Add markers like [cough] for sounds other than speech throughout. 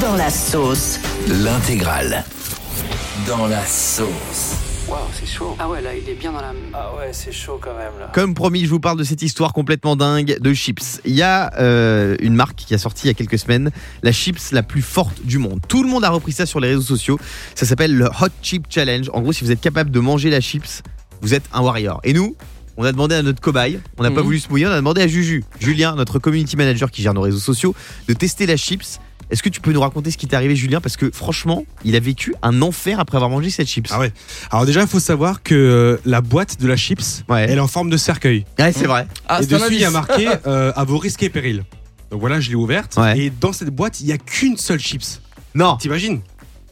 Dans la sauce. L'intégrale. Dans la sauce. Waouh, c'est chaud. Ah ouais, là, il est bien dans la. Ah ouais, c'est chaud quand même là. Comme promis, je vous parle de cette histoire complètement dingue de chips. Il y a euh, une marque qui a sorti il y a quelques semaines la chips la plus forte du monde. Tout le monde a repris ça sur les réseaux sociaux. Ça s'appelle le Hot Chip Challenge. En gros, si vous êtes capable de manger la chips, vous êtes un warrior. Et nous on a demandé à notre cobaye, on n'a pas Mhm. voulu se mouiller, on a demandé à Juju, Julien, notre community manager qui gère nos réseaux sociaux, de tester la chips. Est-ce que tu peux nous raconter ce qui t'est arrivé, Julien Parce que franchement, il a vécu un enfer après avoir mangé cette chips. Ah ouais. Alors déjà, il faut savoir que euh, la boîte de la chips, Ouais. elle est en forme de cercueil. Ouais, c'est vrai. et dessus, il y a marqué euh, à vos risques et périls. Donc voilà, je l'ai ouverte. Ouais. Et dans cette boîte, il y a qu'une seule chips. Non. T'imagines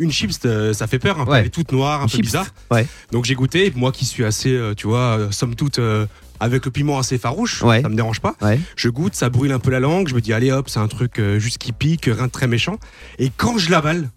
Une chips, euh, ça fait peur. Un peu, Ouais. Elle est toute noire, un Une peu chips. bizarre. Ouais. Donc j'ai goûté. et Moi, qui suis assez, euh, tu vois, euh, somme toute. euh, avec le piment assez farouche, Ouais. ça me dérange pas. Ouais. Je goûte, ça brûle un peu la langue. Je me dis, allez hop, c'est un truc euh, juste qui pique, rien de très méchant. Et quand je l'avale,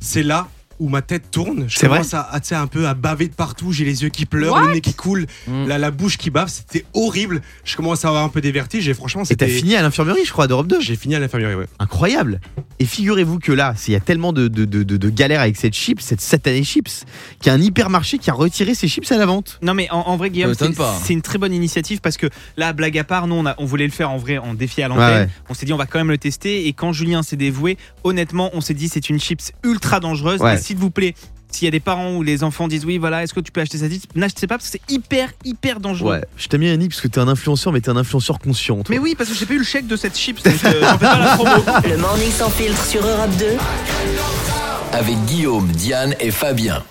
c'est là où ma tête tourne. Je C'est vrai commence à, à, tu sais, un peu à baver de partout. J'ai les yeux qui pleurent, le nez qui coule, Hmm. Mm. la, la bouche qui bave. C'était horrible. Je commence à avoir un peu des vertiges. Et franchement, Et t'as c'était. fini à l'infirmerie, je crois, d'Europe 2. J'ai fini à l'infirmerie. Ouais. Incroyable Et figurez-vous que là, s'il y a tellement de, de, de- de- de galères avec cette chips, cette satanée chips, qu'il y a un hypermarché qui a retiré ses chips à la vente. Non mais en, en vrai Guillaume, Ça m'étonne c'est pas. c'est une très bonne initiative parce que là, blague à part, nous on, a- on voulait le faire en vrai en défi à Ouais, l'antenne. ouais. On s'est dit on va quand même le tester et quand Julien s'est dévoué, honnêtement on s'est dit c'est une chips ultra dangereuse. Ouais. Et S'il vous plaît, s'il y a des parents ou les enfants disent oui voilà, est-ce que tu peux acheter cette chips N'achetez pas parce que c'est hyper hyper dangereux. Je t'ai mis Annie parce que t'es un influenceur, mais t'es un influenceur conscient. toi. Mais oui parce que j'ai pas eu le chèque de cette chips. donc, euh, j'en fais pas la promo. [laughs] Le morning sans filtre sur Europe 2. Avec Guillaume, Diane et Fabien.